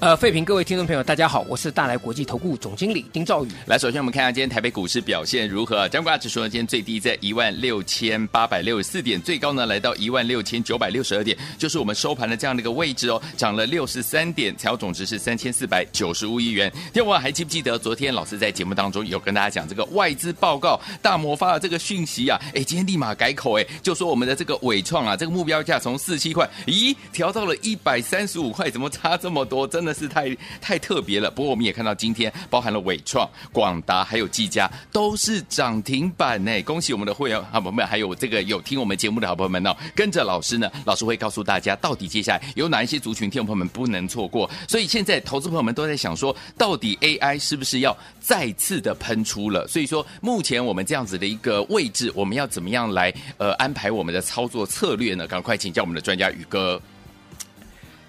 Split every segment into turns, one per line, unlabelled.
呃，废品各位听众朋友，大家好，我是大来国际投顾总经理丁兆宇。
来，首先我们看一下今天台北股市表现如何、啊。张挂指数呢，今天最低在一万六千八百六十四点，最高呢来到一万六千九百六十二点，就是我们收盘的这样的一个位置哦，涨了六十三点，财务总值是三千四百九十五亿元。另外还记不记得昨天老师在节目当中有跟大家讲这个外资报告大摩发的这个讯息啊？哎，今天立马改口哎，就说我们的这个伟创啊，这个目标价从四七块，咦，调到了一百三十五块，怎么差这么多？真的是太太特别了。不过我们也看到今天包含了伟创、广达还有技嘉都是涨停板呢，恭喜我们的会员好朋友们，还有这个有听我们节目的好朋友们哦，跟着老师呢，老师会告诉大家到底接下来有哪一些族群听众朋友们不能错过。所以现在投资朋友们都在想说，到底 AI 是不是要再次的喷出了？所以说目前我们这样子的一个位置，我们要怎么样来呃安排我们的操作策略呢？赶快请教我们的专家宇哥。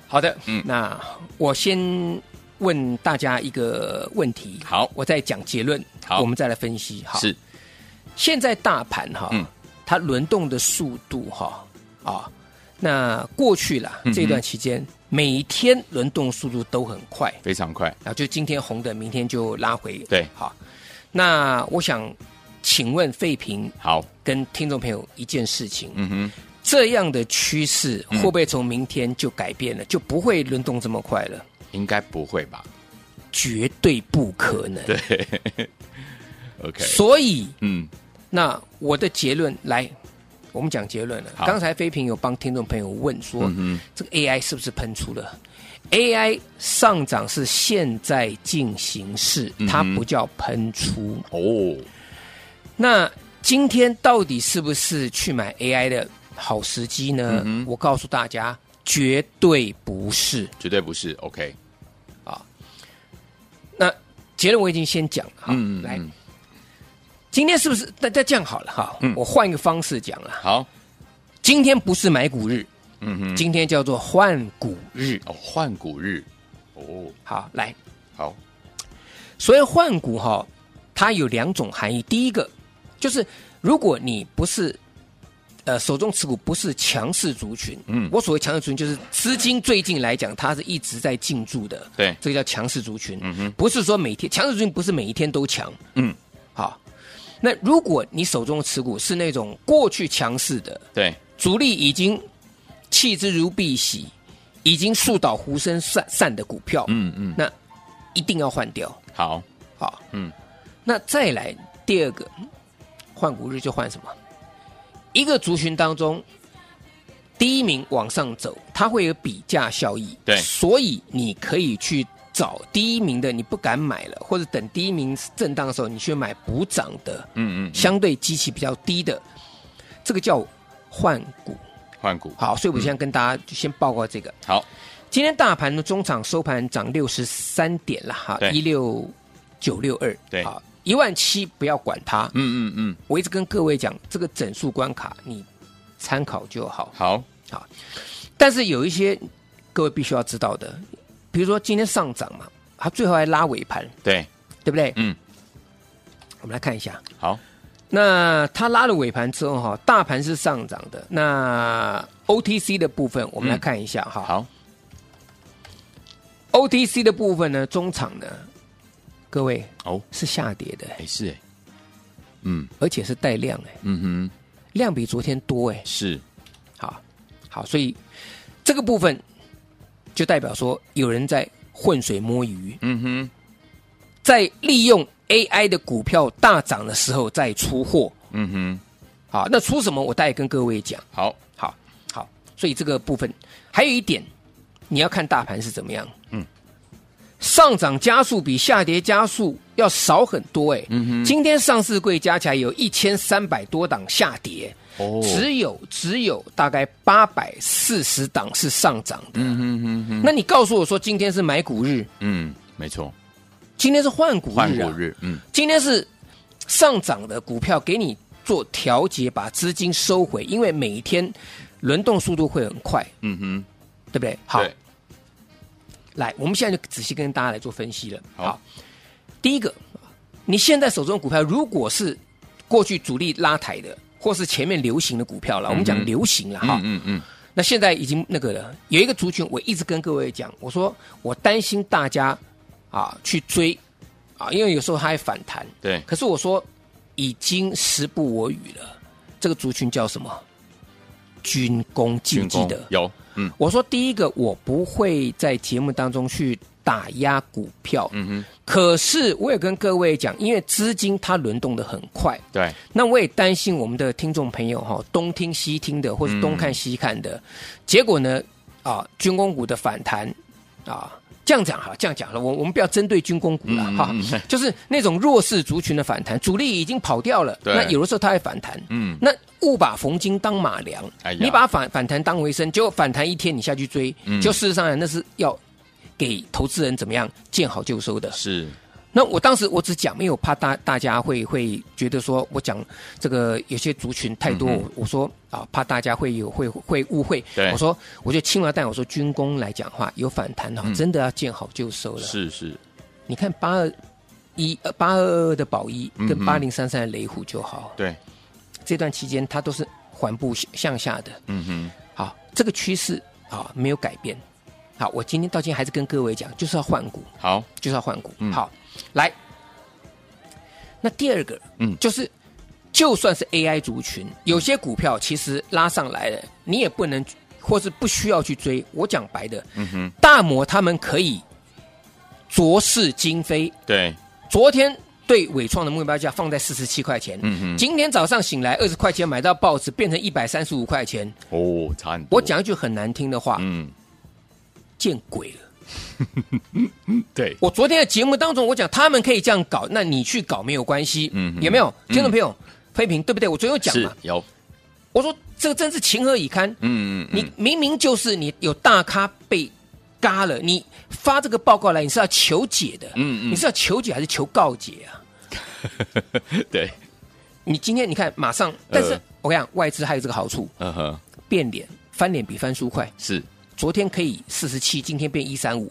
好的，
嗯
嗯，那我先问大家一个问题，
好
我再讲结论，
好
我们再来分析。好，
是
现在大盘哈，
嗯
它轮动的速度哈啊，那过去啦
嗯哼
这段期间，每天轮动速度都很快，
非常快，
啊，就今天红的，明天就拉回，
对
好，那我想请问费平
好，
跟听众朋友一件事情，
嗯哼，
这样的趋势
嗯
会不会从明天就改变了，就不会轮动这么快了？
应该不会 吧？
绝对不可能。
对，OK，
所以
嗯，
那我的结论来，我们讲结论了。
好
刚才飞平有帮听众朋友问说，
嗯
这个 AI 是不是喷出了？AI 上涨是现在进行式，
嗯哼
它不叫喷出。
哦，
那今天到底是不是去买 AI 的好时机呢？
嗯
我告诉大家，绝对不是。
绝对不是，OK，
那结论我已经先讲了哈，
嗯嗯
来
嗯，
今天是不是？那那这样好了哈，
嗯
我换一个方式讲了。
好，
今天不是买股日，
嗯哼，
今天叫做换股日。
哦，换股日，哦，
好，来，
好，
所谓换股哈、它有两种含义。第一个就是如果你不是呃手中持股不是强势族群，
嗯
嗯，我所谓强势族群就是资金最近来讲，它是一直在进驻的，
对
这个叫强势族群。
嗯哼，
不是说每天强势族群不是每一天都强，
嗯，
好。那如果你手中的持股是那种过去强势的，
对，
主力已经弃之如敝屣，已经树倒猢狲散散的股票，
嗯嗯，
那一定要换掉。
好，
好，
嗯，
那再来第二个换股日就换什么？一个族群当中，第一名往上走，它会有比价效益，
对
所以你可以去找第一名的，你不敢买了，或者等第一名震荡的时候，你去买补涨的，
嗯嗯，
相对基期比较低的，这个叫换股。
换股，
好，所以我现在跟大家就先报告这个。
好，
今天大盘的中场收盘涨六十三点了哈，
对
一六九六二，
对
好，一万七不要管它。
嗯嗯嗯，
我一直跟各位讲，这个整数关卡你参考就好。
好，
但是有一些各位必须要知道的，比如说今天上涨嘛，它最后还拉尾盘，
对，
对不对？
嗯，
我们来看一下，
好，
那它拉了尾盘之后哈，大盘是上涨的，那 OTC 的部分我们来
嗯
看一下哈。
好，
OTC 的部分呢，中场呢，各位
哦，
是下跌的，
哎是哎，嗯
而且是带量哎，
嗯哼，
量比昨天多哎，
是，
好，好，所以这个部分就代表说有人在浑水摸鱼，
嗯哼，
在利用 AI 的股票大涨的时候再出货，
嗯哼，
好，那出什么我大概跟各位讲。
好，
好，好，所以这个部分还有一点，你要看大盘是怎么样。
嗯
嗯，上涨加速比下跌加速要少很多哎、嗯哼，今天上市柜加起来有一千三百多档下跌，
哦
只有只有大概八百四十档是上涨的。
嗯哼哼哼，
那你告诉我说今天是买股日，
嗯，没错，
今天是换股日、啊，
换股日，嗯，
今天是上涨的股票给你做调节，把资金收回，因为每一天轮动速度会很快，
嗯哼，
对不对？好，
对
来，我们现在就仔细跟大家来做分析了。
好
第一个，你现在手中的股票如果是过去主力拉抬的，或是前面流行的股票了，我们讲流行了哈、
嗯嗯嗯，
那现在已经那个了，有一个族群，我一直跟各位讲，我说我担心大家啊去追啊，因为有时候它还反弹。
对，
可是我说已经时不我与了，这个族群叫什么？军工，记不记
军
得
工？有，嗯
我说第一个，我不会在节目当中去打压股票，
嗯哼，
可是我也跟各位讲，因为资金它轮动的很快，
对，
那我也担心我们的听众朋友哈，东听西听的，或是东看西看
嗯
的，结果呢，啊，军工股的反弹啊，这样讲哈，这样讲了，我我们不要针对军工股了
嗯
哈、
嗯嗯
就是那种弱势族群的反弹，主力已经跑掉了，
对
那有的时候它会反弹，
嗯，
那误把逢金当马良，
哎呀
你把反反弹当回声，结果反弹一天你下去追，
嗯
就事实上来那是要给投资人怎么样见好就收的。
是，
那我当时我只讲，没有怕大大家会会觉得说我讲这个有些族群太多，
嗯哼
我我说啊怕大家会有会会误会
对，
我说我就轻描淡我说军工来讲话有反弹哈、
嗯
真的要见好就收了。
是是，
你看八二一八二二的宝一
嗯
跟
哼
八零三三的雷虎就好，
对，
这段期间它都是缓步向向下的。
嗯哼，
好，这个趋势啊没有改变。好，我今天到今天还是跟各位讲，就是要换股，
好，
就是要换股。
嗯
好，来，那第二个，
嗯
就是就算是 AI 族群，有些股票其实拉上来了，你也不能或是不需要去追。我讲白的，
嗯哼，
大摩他们可以浊世今非，
对，
昨天对伟创的目标价放在四十七块钱，
嗯哼
今天早上醒来二十块钱买到报纸，变成一百三十五块钱。
哦，差很多，
我，讲一句很难听的话，
嗯，
见鬼了！
对，
我昨天的节目当中，我讲他们可以这样搞，那你去搞没有关系，
嗯哼
有没有？
嗯
听众朋友，飞平对不对？我昨天有讲
是
嘛，
有，
我说这个真是情何以堪。
嗯嗯，
你明明就是你有大咖被嘎了，你发这个报告来，你是要求解的，
嗯嗯
你是要求解还是求告解啊？
嗯对，
你今天你看马上，但是、
呃
我跟你讲，外资还有这个好处，
嗯哼，
变脸翻脸比翻书快。
是，
昨天可以四十七，今天变一三五，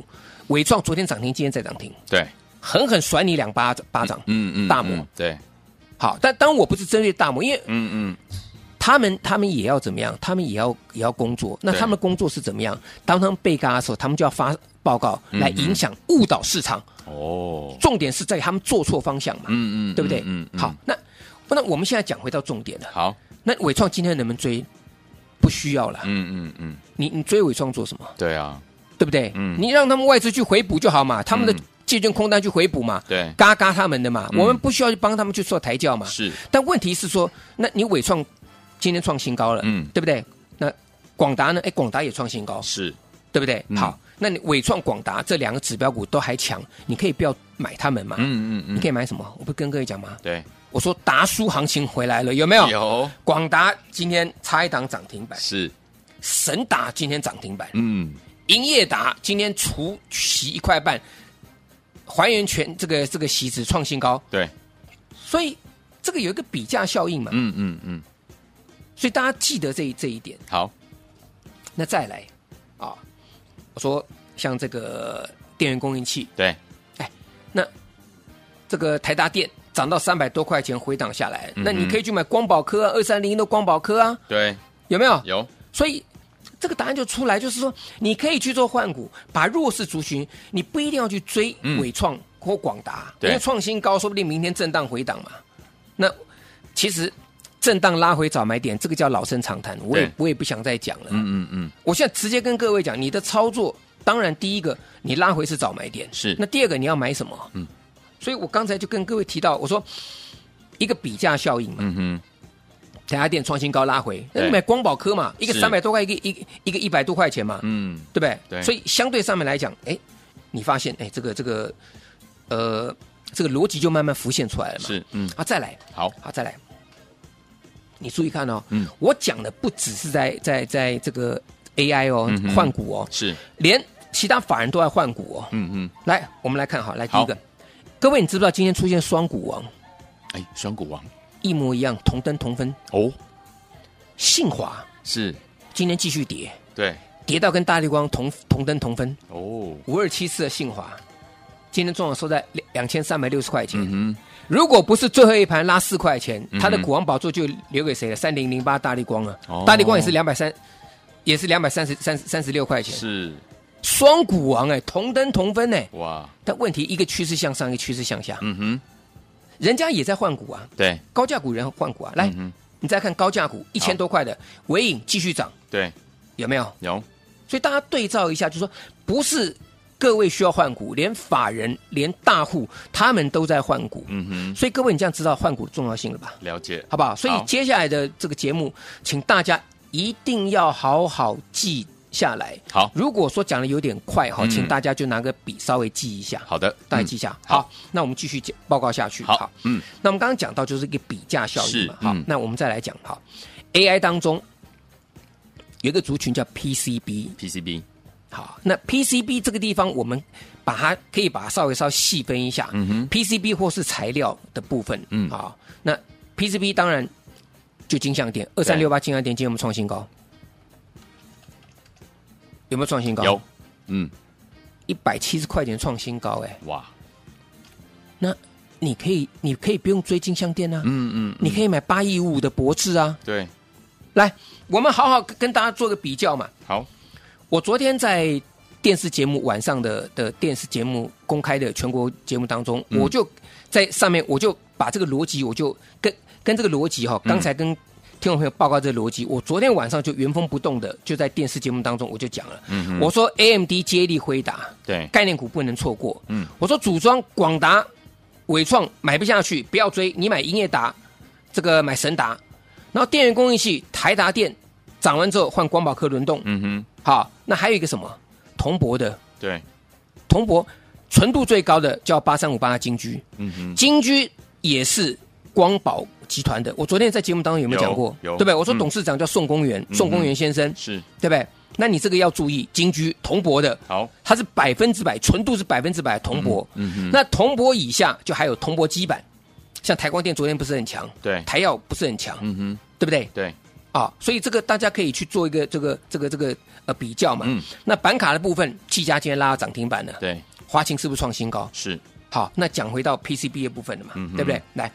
伟创昨天涨停，今天再涨停，
对，
狠狠甩你两巴掌巴掌。
嗯嗯，
大摩
嗯，对，
好，但当然我不是针对大摩，因为
嗯嗯，
他们他们也要怎么样？他们也要也要工作。那
对
他们工作是怎么样？当他们被嘎的时候，他们就要发报告
嗯
来影响、误导市场。
哦，
重点是在他们做错方向嘛，
嗯嗯，
对不对？
嗯，嗯
好，，那那我们现在讲回到重点了。
好，
那伟创今天能不能追？不需要了。
嗯嗯嗯，
你你追伟创做什么？
对啊，
对不对？
嗯
你让他们外资去回补就好嘛，他们的
嗯
借券空单去回补嘛，
对，
嘎嘎他们的嘛，
嗯
我们不需要去帮他们去做抬轿嘛。
是，
但问题是说，那你伟创今天创新高了，
嗯
对不对？那广达呢？哎，广达也创新高，
是，
对不对？
嗯
好，那你伟创、广达这两个指标股都还强，你可以不要买他们嘛？
嗯嗯
你
嗯，
可以买什么？我不是跟各位讲吗？
对，
我说达叔行情回来了，有没有？
有，
广达今天差一档涨停板，
是，
神达今天涨停板，
嗯，
营业达今天除息一块半，还原全这个这个席值创新高，
对，
所以这个有一个比价效应嘛，
嗯嗯嗯，
所以大家记得这一这一点。
好，
那再来啊，我说像这个电源供应器，
对，
那这个台达电涨到三百多块钱回档下来，
嗯哼
那你可以去买光宝科啊，二三零一的光宝科啊，
对，
有没有？
有，
所以这个答案就出来，就是说你可以去做换股，把弱势族群，你不一定要去追
嗯
伟创或广达，
对
因为创新高，说不定明天震荡回档嘛。那其实震荡拉回早买点，这个叫老生常谈，我也
对
我也不想再讲了。
嗯嗯嗯，
我现在直接跟各位讲，你的操作，当然第一个你拉回是早买点，
是
那第二个你要买什么？
嗯，
所以我刚才就跟各位提到，我说一个比价效应嘛，
嗯哼，
台达电创新高拉回，那
嗯对
你买光宝科嘛，一个
是
三百多块，一个一个一个一百多块钱嘛，
嗯，
对不对？
对
所以相对上面来讲，哎，你发现哎，这个这个呃，这个逻辑就慢慢浮现出来了嘛。
是，嗯，
啊，再来
好，
啊，再来，你注意看哦，
嗯
我讲的不只是在在在这个 AI 哦
嗯哼
换股哦，
是，
连其他法人都在换股哦。
嗯嗯，
来，我们来看哈，来第
好
一个，各位你知不知道今天出现双股王，
哎，双股王
一模一样，同登同分，
哦，
信华
是，
今天继续跌。
对，
跌到跟大力光同同登同分，
哦，
五二七四的信华，今天中午收在两千三百六十块钱。
嗯哼，
如果不是最后一盘拉四块钱，
嗯哼
它的股王宝座就留给谁了？三零零八大力光啊，
哦
大力光也是两百三，也是两百三十三三十六块钱，
是，
双股王哎、同登同分哎、
哇，
但问题一个趋势向上，一个趋势向下，
嗯哼，
人家也在换股啊，
对，
高价股人换股啊。来，
嗯哼，
你再看高价股一千多块的尾影继续涨，
对，
有没有？
有，
所以大家对照一下，就说不是各位需要换股，连法人、连大户他们都在换股。
嗯哼，
所以各位，你这样知道换股的重要性了吧？
了解，
好不好？所以
好
接下来的这个节目，请大家一定要好好记下来。
好，
如果说讲的有点快哈，
嗯
请大家就拿个笔稍微记一下，
好的，
大家
嗯
记一下。
好
好，那我们继续讲报告下去。
好，嗯，
那我们刚刚讲到就是一个比价效应嘛，
是
好
嗯，
那我们再来讲好，AI 当中有一个族群叫 PCB，
，PCB，
好，那 PCB 这个地方，我们把它可以把它稍微稍微细分一下，
嗯哼，
PCB 或是材料的部分，
嗯
啊，那 PCB 当然就金像店二
对
三六八金像店今天有没有创新高？有没有创新高？
有，嗯，
一百七十块钱创新高、哎，
哇，
那你可以你可以不用追金像店啊，
嗯嗯，
你可以买八一五的博智啊，
对，
来，我们好好跟大家做个比较嘛。
好，
我昨天在电视节目晚上的的电视节目公开的全国节目当中，
嗯
我就在上面我就把这个逻辑，我就跟跟这个逻辑哈、
嗯
刚才跟听众朋友报告这个逻辑，我昨天晚上就原封不动的就在电视节目当中我就讲了，
嗯哼，
我说 AMD 接力辉达
对，
概念股不能错过，
嗯
我说组装广达、伟创买不下去，不要追，你买英业达，这个买神达，然后电源供应器台达电涨完之后换光宝科轮动，
嗯哼，
好，那还有一个什么铜箔的，
对，
铜箔纯度最高的叫八三五八金居，
嗯哼，
金居也是光宝集团的。我昨天在节目当中有没有讲过？
有有
对不对？我说
嗯
董事长叫宋公元，宋公元先生，
是，
对不对？那你这个要注意，金居铜箔的，
好，
它是百分之百纯度是百分之百铜箔。
嗯哼，
那铜箔以下就还有铜箔基板，像台光电昨天不是很强，
对，
台药不是很强，
嗯哼，
对不对？
对，
啊，所以这个大家可以去做一个这个这个这个呃比较嘛。
嗯
那板卡的部分，技嘉今天拉到涨停板了，
对，
华勤是不是创新高？
是，
好，那讲回到 PCB 的部分了嘛，
嗯哼
对不对？来，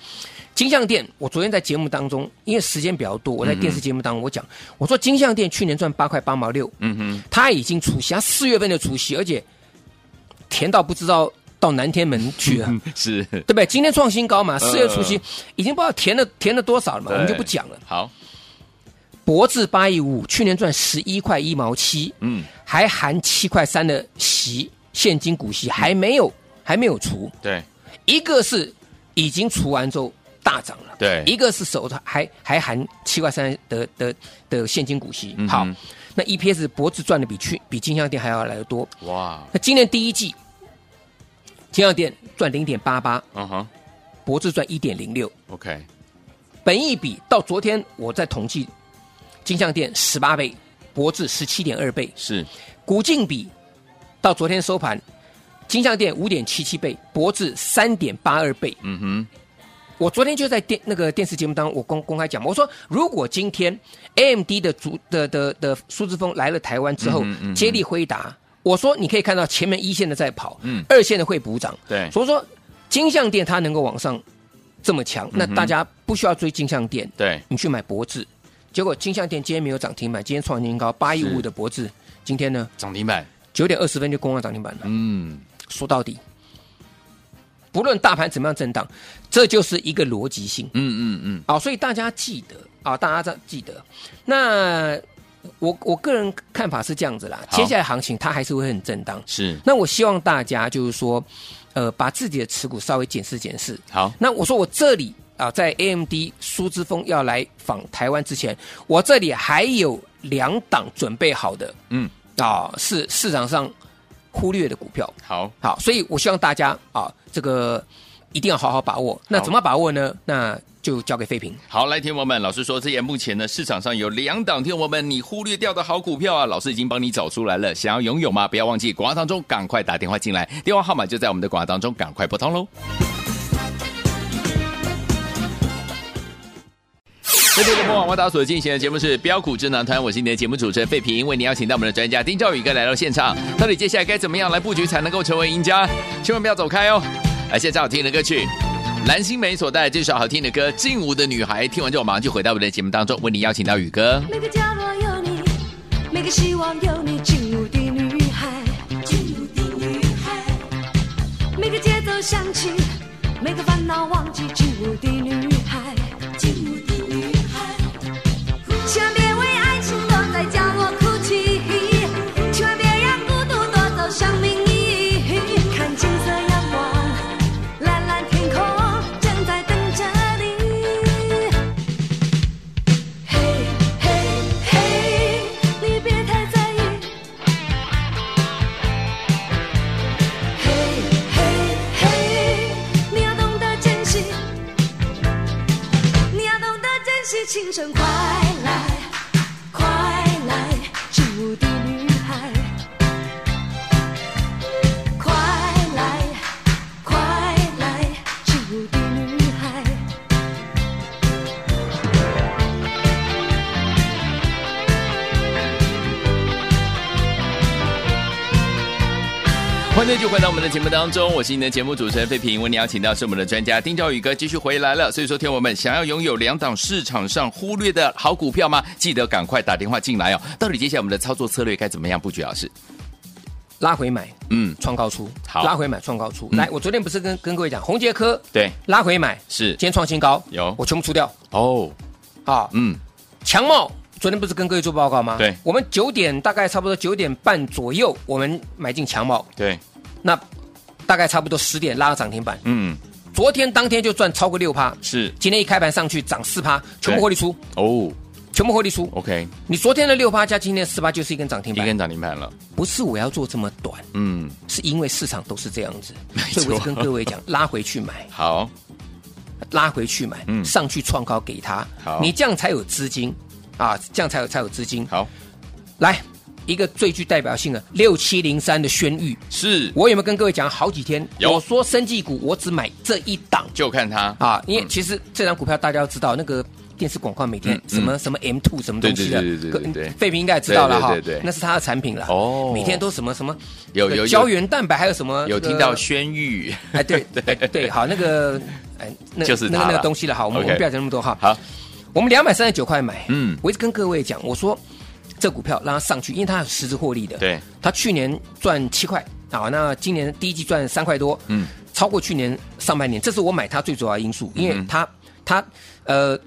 金像店，我昨天在节目当中，因为时间比较多，
嗯
我在电视节目当中我讲，我说金像店去年赚八块八毛六，
嗯哼，
它已经除息，它四月份就除息，而且甜到不知道到南天门去 了。
是，
对不对？今天创新高嘛，四月除息
嗯
已经不知道甜了甜了多少了嘛，我们就
对
不讲了。
好，
博智八一五五去年赚十一块一毛七，
嗯，
还含七块三的息现金股
嗯
息，还没有还没有除。
对，
一个是已经除完之后大涨了，
对
一个是手头还还含七块三的的的现金股息。
嗯哼
好，那 E EPS 博智赚的比去比金像店还要来得多。
哇，
那今年第一季，金像店赚零点八八，
嗯哼
博智赚一点零六，
，OK，
本益比到昨天我在统计，金像店十八倍，博智十七点二倍，
是，
股净比到昨天收盘，金像店五点七七倍，博智三点八二倍。
嗯哼，
我昨天就在电那个电视节目当中，我公公开讲嘛，我说如果今天 AMD 的主的的的苏志峰来了台湾之后，
嗯哼嗯哼
接力辉达，我说你可以看到前面一线的在跑，
嗯
二线的会补涨，
对，
所以说金像店它能够往上这么强，那
嗯哼
大家不需要追金像店，
对，
你去买博智，结果金像店今天没有涨停板，今天创新高八一五的博智，今天呢
涨停板，
九点二十分就攻上涨停板了。
嗯，
说到底，不论大盘怎么样震荡，这就是一个逻辑性
嗯嗯嗯，
啊、所以大家记得啊、大家记得。那我我个人看法是这样子啦，
好
接下来行情它还是会很震荡。
是，
那我希望大家就是说，呃，把自己的持股稍微检视检视。
好，
那我说我这里啊，在 AMD 苏之峰要来访台湾之前，我这里还有两档准备好的
嗯，
啊，是市场上忽略的股票。
好，
好，所以我希望大家啊，这个一定要好好把握。那
好
怎么把握呢？那就交给费平。
好，来，听众朋友们，老师说，这也目前呢，市场上有两档，听众朋友们，你忽略掉的好股票啊，老师已经帮你找出来了。想要拥有吗？不要忘记广告当中赶快打电话进来，电话号码就在我们的广告当中，赶快拨通喽。各位听众，我打所进行的节目是标股智囊团，我是你的节目主持人费平，为你邀请到我们的专家丁兆宇哥来到现场。到底接下来该怎么样来布局才能够成为赢家？千万不要走开哦！来，现在好听的歌曲。蓝心湄所带来这首好听的歌《劲舞的女孩》，听完之后马上就回到我们的节目当中，为你邀请到宇哥。
每个角落有你，每个希望有你，进入的女孩，进入的女孩，每个节奏响起，每个烦恼忘记，进入的女孩，进入的女孩，千万别为爱情躲在角落哭泣，千万别让孤独夺走生命意义，看金色阳光，蓝蓝天空正在等着你。嘿，嘿，嘿，你别太在意。嘿，嘿，嘿，你要懂得珍惜，你要懂得珍惜青春，快来，快来，进入的女孩，快来，快来，进入的女孩。
欢迎继续回到我们的节目当中，我是你的节目主持人费平。为你邀请到是我们的专家丁兆宇哥，继续回来了。所以说，听我们想要拥有两档市场上忽略的好股票吗？记得赶快打电话进来哦。到底接下来我们的操作策略该怎么样布局？老师，
拉回买，
嗯，
创高出，
好
拉回买创高出。
嗯
来，我昨天不是跟跟各位讲，红杰科
对，
拉回买，
是
今天创新高，
有
我全部出掉
哦，
啊。
嗯，
强茂昨天不是跟各位做报告吗？
对
我们九点大概差不多九点半左右，我们买进强茂，
对，
那大概差不多十点拉到涨停板，
嗯，
昨天当天就赚超过六趴，
是
今天一开盘上去涨四趴，全部获利出，
哦
全部获利出。
，OK，
你昨天的六趴加今天的四趴就是一根涨停
一
板，
根涨停板了，
不是我要做这么短，
嗯，
是因为市场都是这样子，
错
所以我就跟各位讲，拉回去买，
好，
拉回去买，
嗯
上去创高给他
好，
你这样才有资金啊，这样才有才有资金。
好，
来，一个最具代表性的六七零三的轩誉，
是，
我有没有跟各位讲好几天？
有
我说生技股，我只买这一档。
就看他，
啊，因为
嗯
其实这张股票大家都知道，那个电视广告每天
嗯
什么什么 M two 什么东西的，
对对对对对对
各废品应该也知道了哈
对对对对，
那是它的产品了。
哦
每天都什么什么呃
有有有
胶原蛋白，还有什么
有
这个
听到轩玉，
哎，对对对，好那个哎，那
就是
那
它
个那
了
个东西了，好，我们
OK
我们不要讲那么多哈。
好，
我们两百三十九块买，
嗯
我一直跟各位讲，我说这股票让它上去，因为它有实质获利的，
对，
它去年赚七块啊，那今年第一季赚三块多，
嗯，
超过去年上半年，这是我买它最主要的因素，因为它、它呃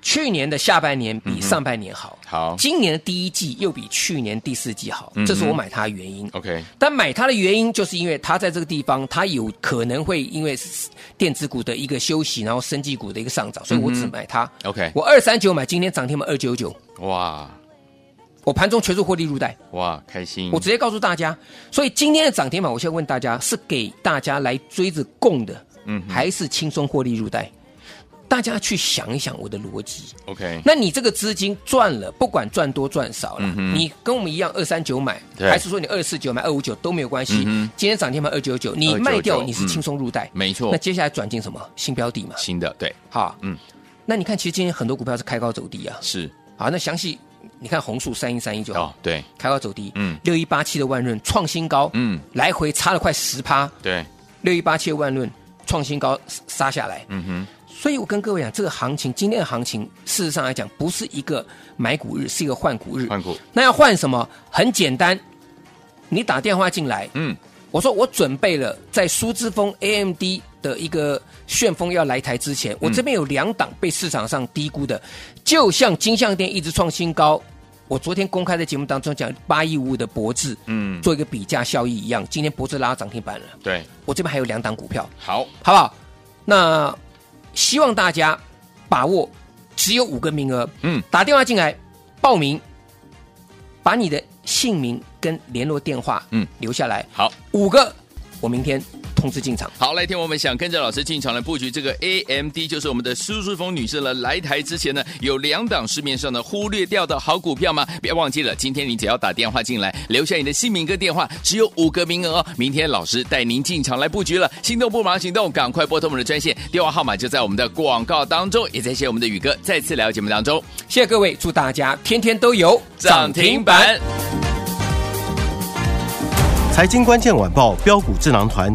去年的下半年比上半年好，
嗯好
今年的第一季又比去年第四季好，
嗯哼
这是我买它的原因。
，OK，
但买它的原因，就是因为它在这个地方，它有可能会因为电子股的一个休息，然后生技股的一个上涨，所以我
嗯
只买它。
OK
我二三九买，今天涨停板二九九，
哇
我盘中全数获利入袋，
哇，开心，
我直接告诉大家。所以今天的涨停板，我先问大家，是给大家来追着供的，
嗯哼
还是轻松获利入袋？大家去想一想我的逻辑。
OK，
那你这个资金赚了，不管赚多赚少了
嗯，哼
你跟我们一样二三九买，
对
还是说你二四九买、二五九都没有关系。
嗯哼
今天涨停板二九九，你卖掉
299
你是轻松入袋，
嗯没错
那，接下来转进什么新标的嘛？
新的对
好，
嗯
嗯，那你看，其实今天很多股票是开高走低啊。
是
好，那详细你看红树三一三一就好
哦，，对，
开高走低，
嗯
嗯，六一八七的万润创新高，
嗯
来回差了快十趴，
对，
六一八七的万润创新高杀下来，
嗯哼，
所以我跟各位讲，这个行情，今天的行情，事实上来讲，不是一个买股日，是一个换股日。
换股，
那要换什么？很简单，你打电话进来，
嗯
我说我准备了，在苏之峰 AMD 的一个旋风要来台之前，
嗯
我这边有两档被市场上低估的，就像金项店一直创新高。我昨天公开的节目当中讲八一五五的博智，
嗯，
做一个比价效益一样，今天博智拉涨停板了。
对，
我这边还有两档股票，
好，
好不好？那希望大家把握，只有五个名额，
嗯，
打电话进来报名，把你的姓名跟联络电话，
嗯
嗯，留下来，
好。
五个，我明天通知进场。
好，来天我们想跟着老师进场来布局这个 AMD，就是我们的苏淑峰女士了。来台之前呢，有两档市面上呢忽略掉的好股票吗？别忘记了，今天你只要打电话进来，留下你的姓名跟电话，只有五个名额哦。明天老师带您进场来布局了，心动不马上行动，赶快拨通我们的专线，电话号码就在我们的广告当中。也谢谢我们的宇哥再次来到节目当中，
谢谢各位，祝大家天天都有
涨停板。
财经关键晚报标股智囊团